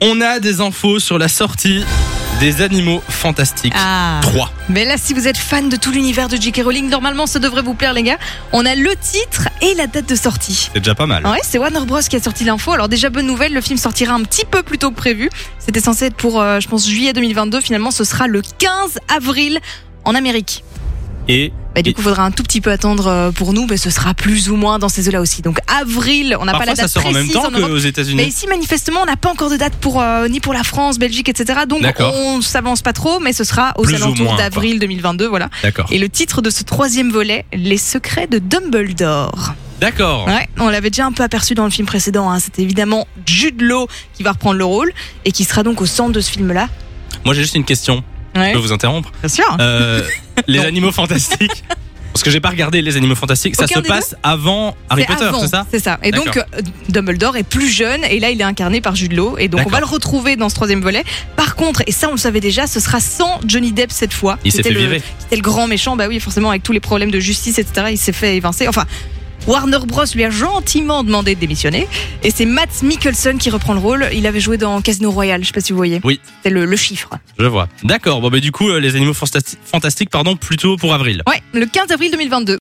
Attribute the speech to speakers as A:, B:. A: On a des infos sur la sortie des animaux fantastiques
B: Ah.
A: 3.
B: Mais là, si vous êtes fan de tout l'univers de J.K. Rowling, normalement, ça devrait vous plaire, les gars. On a le titre et la date de sortie. Ah
A: C'est déjà pas mal.
B: Ouais, c'est Warner Bros qui a sorti l'info. Alors déjà bonne nouvelle, le film sortira un petit peu plus tôt que prévu. C'était censé être pour, euh, je pense, juillet 2022. Finalement, ce sera le 15 avril en Amérique.
A: Et
B: Bah,
A: Et-
B: du coup, faudra un tout petit peu attendre euh, pour nous, mais ce sera plus ou moins dans ces eaux-là aussi. Donc avril, on n'a pas
A: parfois
B: la
A: ça
B: date
A: sort en
B: précise
A: même temps
B: en Europe.
A: qu'aux
B: Mais
A: États-Unis.
B: ici, manifestement, on n'a pas encore de date pour euh, ni pour la France, Belgique, etc. Donc,
A: D'accord.
B: on s'avance pas trop, mais ce sera aux
A: Plus ou moins,
B: alentours
A: quoi.
B: d'avril 2022, voilà.
A: D'accord.
B: Et le titre de ce troisième volet, Les secrets de Dumbledore.
A: D'accord.
B: Ouais, on l'avait déjà un peu aperçu dans le film précédent. hein. C'est évidemment Jude Law qui va reprendre le rôle et qui sera donc au centre de ce film-là.
A: Moi j'ai juste une question. Je
B: Ouais,
A: peux vous interrompre.
B: bien sûr.
A: Euh, les
B: Non.
A: animaux fantastiques. Parce que j'ai pas regardé les animaux fantastiques. Ça
B: Aucun
A: se
B: des
A: passe avant Harry
B: C'est
A: Potter,
B: avant,
A: c'est ça
B: C'est ça. Et donc euh, Dumbledore est plus jeune et là il est incarné par Jude Law et donc on
A: D'accord.
B: va le retrouver dans ce troisième volet. Par contre, et ça on le savait déjà, ce sera sans Johnny Depp cette fois.
A: Il s'est
B: C'était
A: fait
B: le-
A: virer.
B: C'était le grand méchant, bah oui, forcément, avec tous les problèmes de justice, etc., il s'est fait évincer. Enfin, Warner Bros lui a gentiment demandé de démissionner. Et c'est Matt Mickelson qui reprend le rôle. Il avait joué dans Casino Royale, je sais pas si vous voyez.
A: Oui.
B: C'est le, le chiffre.
A: Je vois. D'accord. Bon, bah du coup, euh, les animaux fantasti- fantastiques, pardon, plutôt pour avril.
B: Ouais, le 15 avril 2022.